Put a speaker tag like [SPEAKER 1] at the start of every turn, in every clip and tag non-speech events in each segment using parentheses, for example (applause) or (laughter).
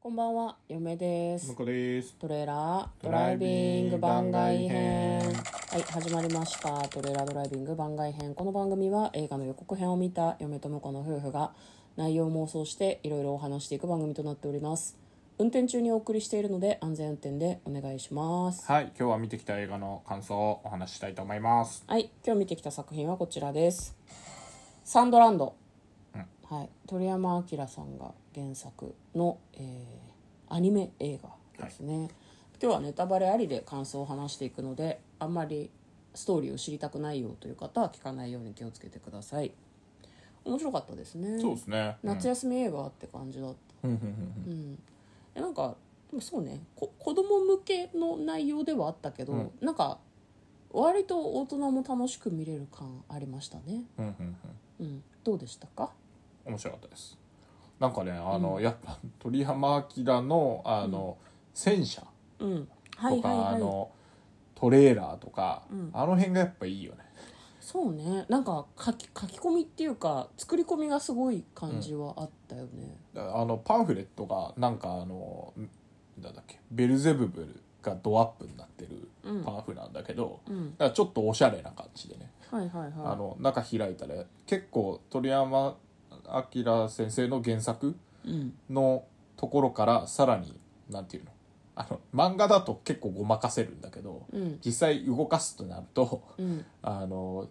[SPEAKER 1] こんばんは、嫁です
[SPEAKER 2] 向。こうです。
[SPEAKER 1] トレーラード
[SPEAKER 2] ド
[SPEAKER 1] ラ
[SPEAKER 2] ラ
[SPEAKER 1] イ
[SPEAKER 2] イ
[SPEAKER 1] ビン
[SPEAKER 2] ビン
[SPEAKER 1] グ
[SPEAKER 2] グ
[SPEAKER 1] 番
[SPEAKER 2] 番
[SPEAKER 1] 外
[SPEAKER 2] 外
[SPEAKER 1] 編
[SPEAKER 2] 編
[SPEAKER 1] はい始まりましたトレーラードライビング番外編この番組は映画の予告編を見た嫁と婿の夫婦が内容を妄想していろいろお話していく番組となっております運転中にお送りしているので安全運転でお願いします
[SPEAKER 2] はい、今日は見てきた映画の感想をお話ししたいと思います。
[SPEAKER 1] はい今日見てきた作品はこちらですサンドランド、はい、鳥山明さんが原作の、えーアニメ映画ですね、今日はネタバレありで感想を話していくのであんまりストーリーを知りたくないよという方は聞かないように気をつけてください面白かったですね
[SPEAKER 2] そうですね。
[SPEAKER 1] 夏休み映画って感じだった
[SPEAKER 2] うんうんうん
[SPEAKER 1] えなんかでもそうねこ子供向けの内容ではあったけど、
[SPEAKER 2] うん
[SPEAKER 1] なんか割と大人も楽しく見れる感ありましたね
[SPEAKER 2] うんうんうん
[SPEAKER 1] うんどうでしたか
[SPEAKER 2] うん。面白かったです。なんかね、あの、やっぱ鳥山明の、あの、戦車
[SPEAKER 1] うんは
[SPEAKER 2] と
[SPEAKER 1] いはい
[SPEAKER 2] か、あ
[SPEAKER 1] はい
[SPEAKER 2] の、トレーラーとか
[SPEAKER 1] うん、
[SPEAKER 2] あの辺がやっぱいいよね。
[SPEAKER 1] そうねなんか書き書き込みっていうか作り込みがすごい感じはあったよね、
[SPEAKER 2] あの、パンフレットが、なんかあの、なんだっけ、ベルゼブブルがドアップになってる
[SPEAKER 1] うん
[SPEAKER 2] パンフなんだけど、
[SPEAKER 1] うん、
[SPEAKER 2] だからちょっとおしゃれな感じでね。
[SPEAKER 1] はいはいはい
[SPEAKER 2] あの中開いたら結構鳥山明先生の原作
[SPEAKER 1] うん
[SPEAKER 2] のところからさらになんていうのあの漫画だと結構ごまかせるんだけど、
[SPEAKER 1] うん
[SPEAKER 2] 実際動かすとなると
[SPEAKER 1] うん
[SPEAKER 2] あの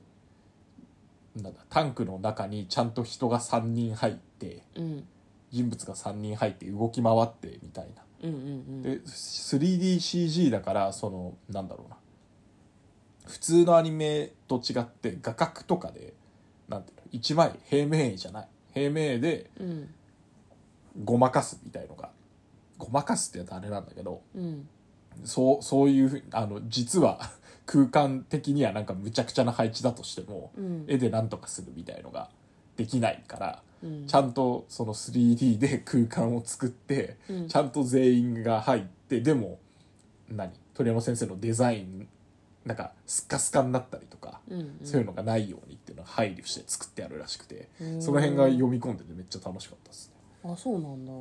[SPEAKER 2] なんだタンクの中にちゃんと人が3人入って
[SPEAKER 1] うん
[SPEAKER 2] 人物が3人入って動き回ってみたいな。
[SPEAKER 1] うんうんうん
[SPEAKER 2] で 3DCG だからそのなんだろうな普通のアニメと違って画角とかでなんていうの一枚平面絵じゃない平面絵で
[SPEAKER 1] うん
[SPEAKER 2] ごまかすみたいのがごまかすってやつあれなんだけど
[SPEAKER 1] うん
[SPEAKER 2] そうそういうふうあの実は (laughs) 空間的にはなんかむちゃくちゃな配置だとしても、
[SPEAKER 1] うん
[SPEAKER 2] 絵でなんとかするみたいのができないから。
[SPEAKER 1] うん
[SPEAKER 2] ちゃんとその 3D で空間を作って、
[SPEAKER 1] うん
[SPEAKER 2] ちゃんと全員が入ってでも何鳥山先生のデザインなんかスッカスカになったりとか、
[SPEAKER 1] うん
[SPEAKER 2] そういうのがないようにっていうのを配慮して作ってあるらしくて、
[SPEAKER 1] うん
[SPEAKER 2] その辺が読み込んでてめっちゃ楽しかったですね。
[SPEAKER 1] あそうなんだ、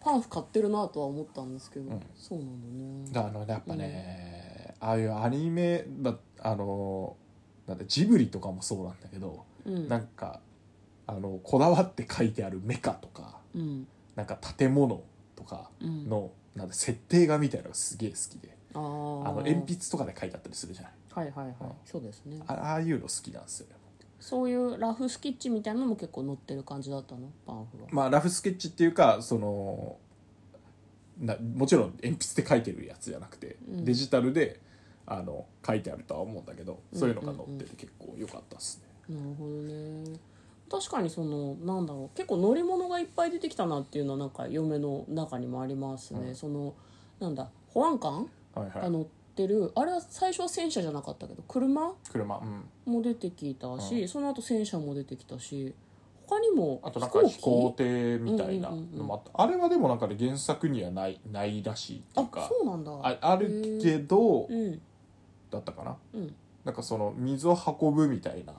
[SPEAKER 1] パンフ買ってるなとは思ったんですけど、
[SPEAKER 2] ん
[SPEAKER 1] そうなんだね
[SPEAKER 2] だからあのやっぱね、ああいうアニメだあのなんだジブリとかもそうなんだけど、
[SPEAKER 1] うん
[SPEAKER 2] なんかあのこだわって書いてあるメカとか。
[SPEAKER 1] うん
[SPEAKER 2] なんか建物とかの、なんか設定画みたいなのがすげえ好きで
[SPEAKER 1] ああ
[SPEAKER 2] あ
[SPEAKER 1] の
[SPEAKER 2] の鉛筆とかで書いてあったりするじゃない
[SPEAKER 1] はいはいはい、
[SPEAKER 2] うん
[SPEAKER 1] そうですね
[SPEAKER 2] あああいうの好きなんですよね
[SPEAKER 1] そういうラフスケッチみたいなのも結構載ってる感じだったのパンフは、
[SPEAKER 2] まあラフスケッチっていうかそのなもちろん鉛筆で書いてるやつじゃなくて、
[SPEAKER 1] うん
[SPEAKER 2] デジタルであの書いてあるとは思うんだけどそういうのが
[SPEAKER 1] うんうんうん
[SPEAKER 2] 載ってて結構良かったですね、
[SPEAKER 1] なるほどね確かにそのなんだろう結構乗り物がいっぱい出てきたなっていうのはなんか嫁の中にもありますね、
[SPEAKER 2] うん
[SPEAKER 1] そのなんだ保安官
[SPEAKER 2] はいは
[SPEAKER 1] が
[SPEAKER 2] い
[SPEAKER 1] 乗ってる、あれは最初は戦車じゃなかったけど車
[SPEAKER 2] 車うん
[SPEAKER 1] も出てきたし、
[SPEAKER 2] う
[SPEAKER 1] その後戦車も出てきたし他にも
[SPEAKER 2] あとなんか飛行艇みたいなのもあった、あれはでもなんかね原作にはないないらしいっていう
[SPEAKER 1] あ
[SPEAKER 2] か
[SPEAKER 1] そうなんだ
[SPEAKER 2] ああるけど
[SPEAKER 1] うん
[SPEAKER 2] だったかな
[SPEAKER 1] うん
[SPEAKER 2] なんかその水を運ぶみたいな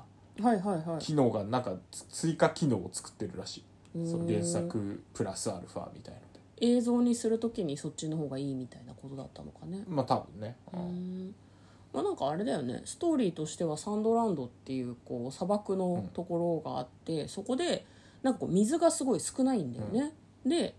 [SPEAKER 1] はいはいはい
[SPEAKER 2] 機能がなんかつ追加機能を作ってるらしいその
[SPEAKER 1] う
[SPEAKER 2] 原
[SPEAKER 1] ーん
[SPEAKER 2] 作プラスアルファみたいので
[SPEAKER 1] 映像にするときにそっちの方がいいみたいなことだったのかね
[SPEAKER 2] まあ多分ねう
[SPEAKER 1] うんんまあなんかあれだよねストーリーとしてはサンドランドっていうこう砂漠のところがあって、そこでなんかこう水がすごい少ないんだよね、で、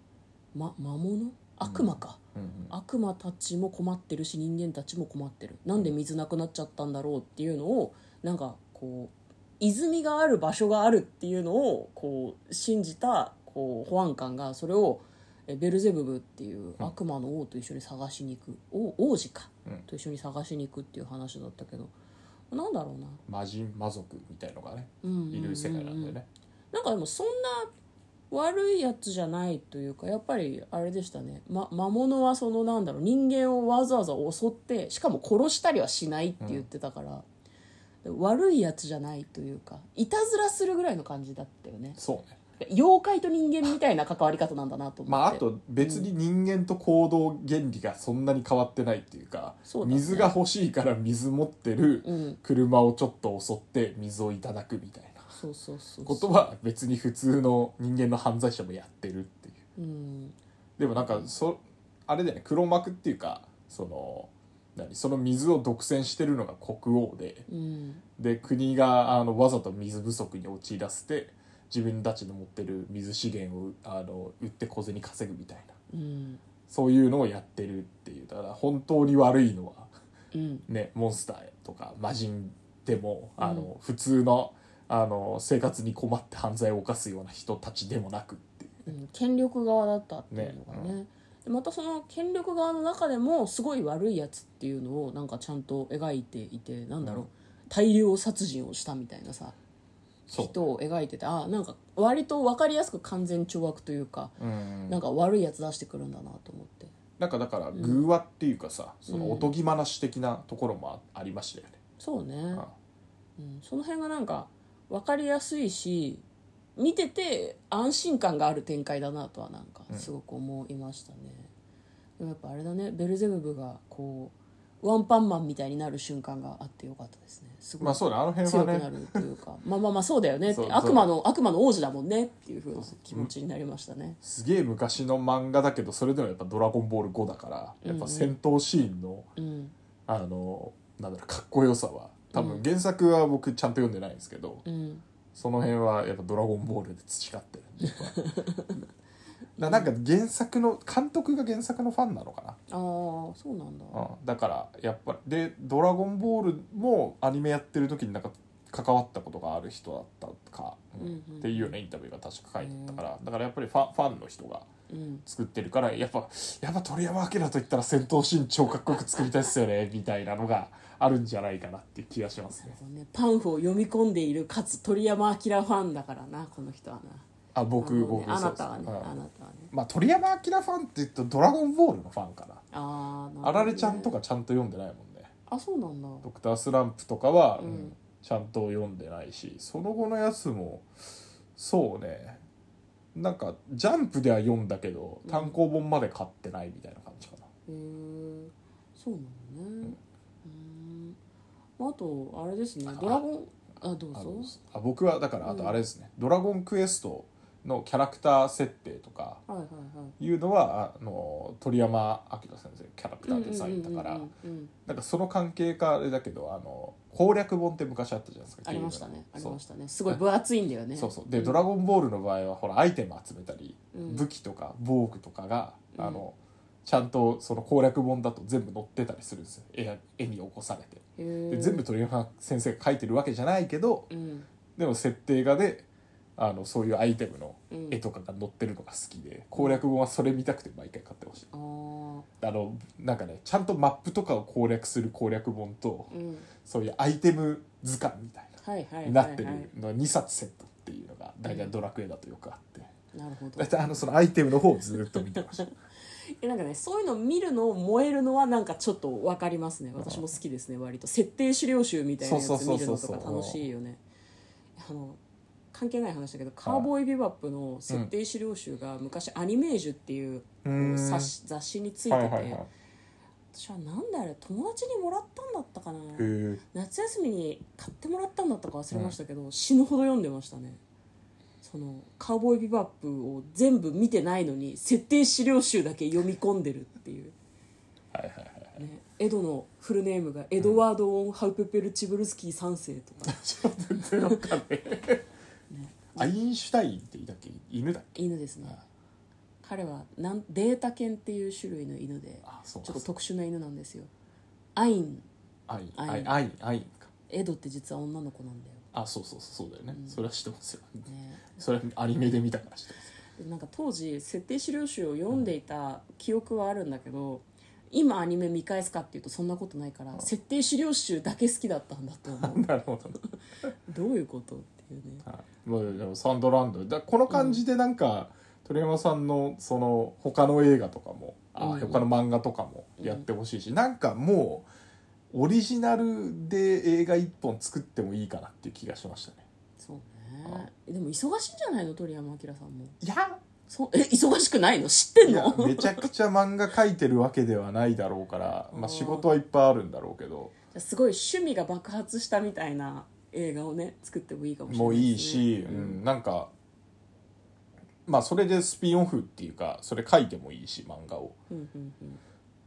[SPEAKER 1] ま、魔物悪魔か、
[SPEAKER 2] うんうん
[SPEAKER 1] 悪魔たちも困ってるし人間たちも困ってるなんで水なくなっちゃったんだろうっていうのをなんかこう泉がある場所があるっていうのをこう信じたこう保安官がそれをえベルゼブブっていう
[SPEAKER 2] うん
[SPEAKER 1] 悪魔の王と一緒に探しに行く王王子か
[SPEAKER 2] うん
[SPEAKER 1] と一緒に探しに行くっていう話だったけどなんだろうな
[SPEAKER 2] 魔人魔族みたいのがね
[SPEAKER 1] うんうんうんうん
[SPEAKER 2] いる世界なんだよね
[SPEAKER 1] なんかでもそんな悪いやつじゃないというかやっぱりあれでしたね、ま、魔物はそのなんだろう人間をわざわざ襲ってしかも殺したりはしないって言ってたから、悪いやつじゃないというかいたずらするぐらいの感じだったよね
[SPEAKER 2] そうね
[SPEAKER 1] 妖怪と人間みたいな関わり方なんだなと思って、
[SPEAKER 2] まああと別に人間と行動原理がそんなに変わってないっていうか
[SPEAKER 1] そうだね
[SPEAKER 2] 水が欲しいから水持ってる
[SPEAKER 1] うん
[SPEAKER 2] 車をちょっと襲って水をいただくみたいな
[SPEAKER 1] そうそうそうそう
[SPEAKER 2] ことは別に普通の人間の犯罪者もやってるっていう
[SPEAKER 1] うん、
[SPEAKER 2] でもなんかそあれだよね黒幕っていうかその何その水を独占してるのが国王で
[SPEAKER 1] うん
[SPEAKER 2] で国があのわざと水不足に陥らせて自分たちの持ってる水資源をあの売って小銭稼ぐみたいな
[SPEAKER 1] うん
[SPEAKER 2] そういうのをやってるっていうだから本当に悪いのは
[SPEAKER 1] うん
[SPEAKER 2] ねモンスターとか魔人でもあの、普通のあの生活に困って犯罪を犯すような人たちでもなくってい
[SPEAKER 1] う
[SPEAKER 2] う
[SPEAKER 1] ん権力側だったっていうのがね
[SPEAKER 2] ね
[SPEAKER 1] でまたその権力側の中でもすごい悪いやつっていうのをなんかちゃんと描いていてなんだろう、
[SPEAKER 2] うん
[SPEAKER 1] 大量殺人をしたみたいなさ
[SPEAKER 2] そう
[SPEAKER 1] 人を描いててあなんか割と分かりやすく完全懲悪というか、
[SPEAKER 2] うん
[SPEAKER 1] なんか悪いやつ出してくるんだなと思って
[SPEAKER 2] なんかだから偶話っていうかさ、そ
[SPEAKER 1] うん
[SPEAKER 2] のおとぎ話的なところもあありましたよね、
[SPEAKER 1] そうね、
[SPEAKER 2] うん
[SPEAKER 1] うん、その辺がなんか分かりやすいし見てて安心感がある展開だなとはなんか
[SPEAKER 2] うん
[SPEAKER 1] すごく思いましたね、でもやっぱあれだねベルゼブブがこうワンパンマンみたいになる瞬間があってよかったですねすご
[SPEAKER 2] ま
[SPEAKER 1] い
[SPEAKER 2] あそうだあの辺
[SPEAKER 1] 強
[SPEAKER 2] は
[SPEAKER 1] くな
[SPEAKER 2] ね
[SPEAKER 1] るというか、 (laughs) まあまあまあそうだよねって
[SPEAKER 2] そうそう
[SPEAKER 1] 悪魔の悪魔の王子だもんねっていうふうな気持ちになりましたね
[SPEAKER 2] すげえ昔の漫画だけどそれでもやっぱ「ドラゴンボール5」だからやっぱ戦闘シーンの、
[SPEAKER 1] うん
[SPEAKER 2] あのなんだろうかっこよさは多分原作は僕ちゃんと読んでないんですけど、
[SPEAKER 1] うん
[SPEAKER 2] その辺はやっぱ「ドラゴンボール」で培ってるんで
[SPEAKER 1] (laughs)
[SPEAKER 2] ななんか原作の監督が原作のファンなのかな
[SPEAKER 1] ああそうなんだ
[SPEAKER 2] うん、だからやっぱりで「ドラゴンボール」もアニメやってる時になんか関わったことがある人だったか、うん
[SPEAKER 1] うんうん
[SPEAKER 2] っていうようなインタビューが確か書いてあったからだからやっぱりファンファンの人が
[SPEAKER 1] うん
[SPEAKER 2] 作ってるからやっぱやっぱ鳥山明といったら戦闘シーン超かっこよく作りたいっすよねみたいなのがあるんじゃないかなっていう気がしますね
[SPEAKER 1] ね、パンフを読み込んでいるかつ鳥山明ファンだからなこの人はな
[SPEAKER 2] あ
[SPEAKER 1] (laughs)
[SPEAKER 2] 僕
[SPEAKER 1] あのね
[SPEAKER 2] 僕
[SPEAKER 1] あ
[SPEAKER 2] そ
[SPEAKER 1] な
[SPEAKER 2] うです
[SPEAKER 1] たはね、
[SPEAKER 2] うん
[SPEAKER 1] あなたはね
[SPEAKER 2] まあ鳥山明ファンって言うと「ドラゴンボール」のファンかな
[SPEAKER 1] あーなるほどね
[SPEAKER 2] あられちゃんとかちゃんと読んでないもんね
[SPEAKER 1] あそうなんだ
[SPEAKER 2] ドクタースランプとかは、
[SPEAKER 1] うん
[SPEAKER 2] うんちゃんと読んでないしその後のやつもそうねなんかジャンプでは読んだけど
[SPEAKER 1] うん
[SPEAKER 2] 単行本まで買ってないみたいな感じかな、
[SPEAKER 1] へえそうなのねうんまああとあれですねドラゴンあどう
[SPEAKER 2] あ
[SPEAKER 1] ぞ
[SPEAKER 2] のあ僕はだからあ
[SPEAKER 1] うん
[SPEAKER 2] とあれですね「ドラゴンクエスト」のキャラクター設定とか
[SPEAKER 1] はいはいはい
[SPEAKER 2] いうのはあの鳥山明先生キャラクターデザインだから、
[SPEAKER 1] うんうんうんうん
[SPEAKER 2] なんかその関係かあれだけどあの攻略本って昔あったじゃないですか
[SPEAKER 1] ありましたねあり
[SPEAKER 2] ゲームの
[SPEAKER 1] ましたねすごい分厚いんだよね
[SPEAKER 2] そうそうで、ドラゴンボールの場合はほらアイテム集めたり、
[SPEAKER 1] うん
[SPEAKER 2] 武器とか防具とかが、
[SPEAKER 1] うん
[SPEAKER 2] あのちゃんとその攻略本だと全部載ってたりするんですよ絵や絵に起こされて
[SPEAKER 1] へー
[SPEAKER 2] で全部鳥山先生が書いてるわけじゃないけど
[SPEAKER 1] うん
[SPEAKER 2] でも設定画であのそういうアイテムの
[SPEAKER 1] うん
[SPEAKER 2] 絵とかが載ってるのが好きで攻略本はそれ見たくて毎回買ってほしい
[SPEAKER 1] あー
[SPEAKER 2] あのなんかねちゃんとマップとかを攻略する攻略本と
[SPEAKER 1] うん
[SPEAKER 2] そういうアイテム図鑑みたいな
[SPEAKER 1] はいはいはいはい
[SPEAKER 2] になってるのが2冊セットっていうのが大体ドラクエだとよくあって
[SPEAKER 1] なるほど
[SPEAKER 2] 大体あのそのアイテムの方をずっと見てました
[SPEAKER 1] えなんかねそういうの見るのを燃えるのはなんかちょっと分かりますね私も好きですね割と設定資料集みたいなやつ
[SPEAKER 2] そうそ
[SPEAKER 1] 見
[SPEAKER 2] う
[SPEAKER 1] るの
[SPEAKER 2] そう
[SPEAKER 1] と
[SPEAKER 2] そう
[SPEAKER 1] か楽しいよねあの関係ない話だけどカーボーイビバップの設定資料集が昔アニメージュっていう
[SPEAKER 2] うーん
[SPEAKER 1] 雑誌雑誌について
[SPEAKER 2] はい
[SPEAKER 1] て
[SPEAKER 2] はいはいへ
[SPEAKER 1] 私はなんであれ友達にもらったんだったかな
[SPEAKER 2] え
[SPEAKER 1] 夏休みに買ってもらったんだったか忘れましたけど、死ぬほど読んでましたねそのカウボーイビバップを全部見てないのに設定資料集だけ読み込んでるっていう
[SPEAKER 2] はいはいはい
[SPEAKER 1] ね、エドのフルネームがエドワード・オン・ハウペペル・チブルスキー3世とか
[SPEAKER 2] 全然わかんないアインシュタインっていたっけ犬だっけ
[SPEAKER 1] 犬ですね
[SPEAKER 2] あ
[SPEAKER 1] 彼はなんデータ犬っていう種類の犬で
[SPEAKER 2] あそう
[SPEAKER 1] ちょ
[SPEAKER 2] か
[SPEAKER 1] っと特殊な犬なんですよアイン
[SPEAKER 2] アイン
[SPEAKER 1] アイン
[SPEAKER 2] アインアインアインか
[SPEAKER 1] エドって実は女の子なんだよ、
[SPEAKER 2] あそうそうそうそうだよね、それは知ってますよ
[SPEAKER 1] ね、
[SPEAKER 2] それはアニメで見たから知っ
[SPEAKER 1] (laughs)
[SPEAKER 2] てます
[SPEAKER 1] でなんか当時設定資料集を読んでいた記憶はあるんだけど、今アニメ見返すかっていうとそんなことないから、設定資料集だけ好きだったんだと思う
[SPEAKER 2] (laughs) なるほどね
[SPEAKER 1] どういうことっていうね
[SPEAKER 2] はいまあ、でもサンドランドだこの感じでなんか、鳥山さんのその他の映画とかもあ、
[SPEAKER 1] うん
[SPEAKER 2] 他の漫画とかもやってほしいし、なんかもうオリジナルで映画一本作ってもいいかなっていう気がしましたね
[SPEAKER 1] そうねでも忙しいんじゃないの鳥山明さんも
[SPEAKER 2] いや
[SPEAKER 1] そえ忙しくないの知ってん
[SPEAKER 2] いや
[SPEAKER 1] の
[SPEAKER 2] めちゃくちゃ漫画描いてるわけではないだろうから、まあ、仕事はいっぱいあるんだろうけど
[SPEAKER 1] すごい趣味が爆発したみたいな映画をね作ってもいいかもしれない
[SPEAKER 2] もういい
[SPEAKER 1] ですね
[SPEAKER 2] し、うんなんかまあそれでスピンオフっていうかそれ書いてもいいし漫画を
[SPEAKER 1] うんうんうんなる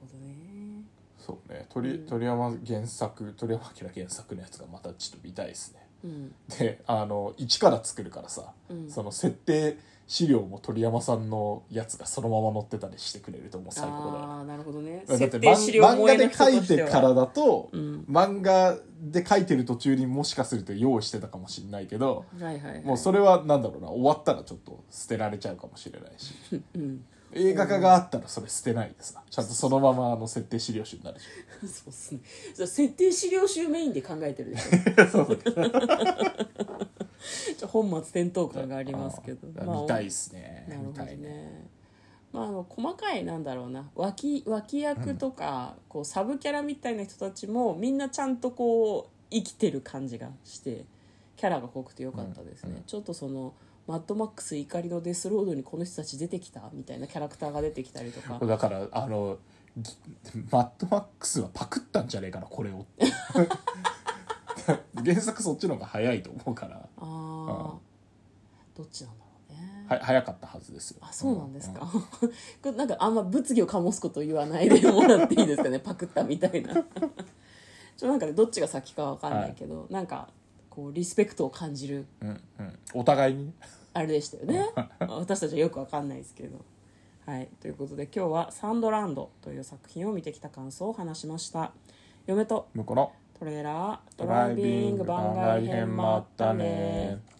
[SPEAKER 1] ほどね
[SPEAKER 2] そうね鳥鳥山原作鳥山明原作のやつがまたちょっと見たいですね
[SPEAKER 1] うん
[SPEAKER 2] であの一から作るからさ、
[SPEAKER 1] うん
[SPEAKER 2] その設定資料も鳥山さんのやつがそのまま載ってたりしてくれるともう最高だよ
[SPEAKER 1] ああーなるほどね
[SPEAKER 2] だって
[SPEAKER 1] 設
[SPEAKER 2] 漫
[SPEAKER 1] 定資料
[SPEAKER 2] 漫
[SPEAKER 1] 萌
[SPEAKER 2] 画
[SPEAKER 1] えの
[SPEAKER 2] で
[SPEAKER 1] 人と
[SPEAKER 2] 書い
[SPEAKER 1] して
[SPEAKER 2] て
[SPEAKER 1] は
[SPEAKER 2] からだと、
[SPEAKER 1] うん
[SPEAKER 2] 漫画で書いてる途中にもしかすると用意してたかもしれないけど、
[SPEAKER 1] はいはい、はい、
[SPEAKER 2] もうそれはなんだろうな終わったらちょっと捨てられちゃうかもしれないし
[SPEAKER 1] うん
[SPEAKER 2] 映画化があったらそれ捨てないでさちゃんとそのままあの設定資料集になるし
[SPEAKER 1] そうっすねそう設定資料集メインで考えてるでし
[SPEAKER 2] (laughs)
[SPEAKER 1] ょ (laughs) ちょ本末転倒感がありますけど
[SPEAKER 2] あー
[SPEAKER 1] まあ
[SPEAKER 2] 見たいっすね
[SPEAKER 1] なるほ
[SPEAKER 2] 見
[SPEAKER 1] ど
[SPEAKER 2] た
[SPEAKER 1] ね
[SPEAKER 2] いね
[SPEAKER 1] まあ、あの細かいなんだろうな脇脇役とか、こうサブキャラみたいな人たちもみんなちゃんとこう生きてる感じがしてキャラが濃くてよかったですね、
[SPEAKER 2] うんうん
[SPEAKER 1] ちょっとそのマッドマックス怒りのデスロードにこの人たち出てきたみたいなキャラクターが出てきたりとか
[SPEAKER 2] だからあのぎマッドマックスはパクったんじゃねえかなこれを (laughs) 原作そっちの方が早いと思うから
[SPEAKER 1] ああどっちなんだろうね
[SPEAKER 2] は早かったはずですよ
[SPEAKER 1] あそうなんですか、 (laughs) これなんかあんま物議を醸すこと言わないでもらっていいですかねパクったみたいな (laughs) ちょっとなんかねどっちが先かわかんないけど、なんかこうリスペクトを感じる
[SPEAKER 2] うんうん、お互いにね
[SPEAKER 1] あれでしたよね (laughs) 私たちはよくわかんないですけどはいということで今日は「サンドランド」という作品を見てきた感想を話しました嫁と
[SPEAKER 2] 向こうの
[SPEAKER 1] トレーラード
[SPEAKER 2] ド
[SPEAKER 1] ラ
[SPEAKER 2] ラ
[SPEAKER 1] イ
[SPEAKER 2] イ
[SPEAKER 1] ビ
[SPEAKER 2] ビ
[SPEAKER 1] ン
[SPEAKER 2] ン
[SPEAKER 1] グ
[SPEAKER 2] グ
[SPEAKER 1] 番
[SPEAKER 2] 番
[SPEAKER 1] 外
[SPEAKER 2] 外
[SPEAKER 1] 編
[SPEAKER 2] 編
[SPEAKER 1] も
[SPEAKER 2] も
[SPEAKER 1] あ
[SPEAKER 2] あ
[SPEAKER 1] っ
[SPEAKER 2] ったた
[SPEAKER 1] ね
[SPEAKER 2] ね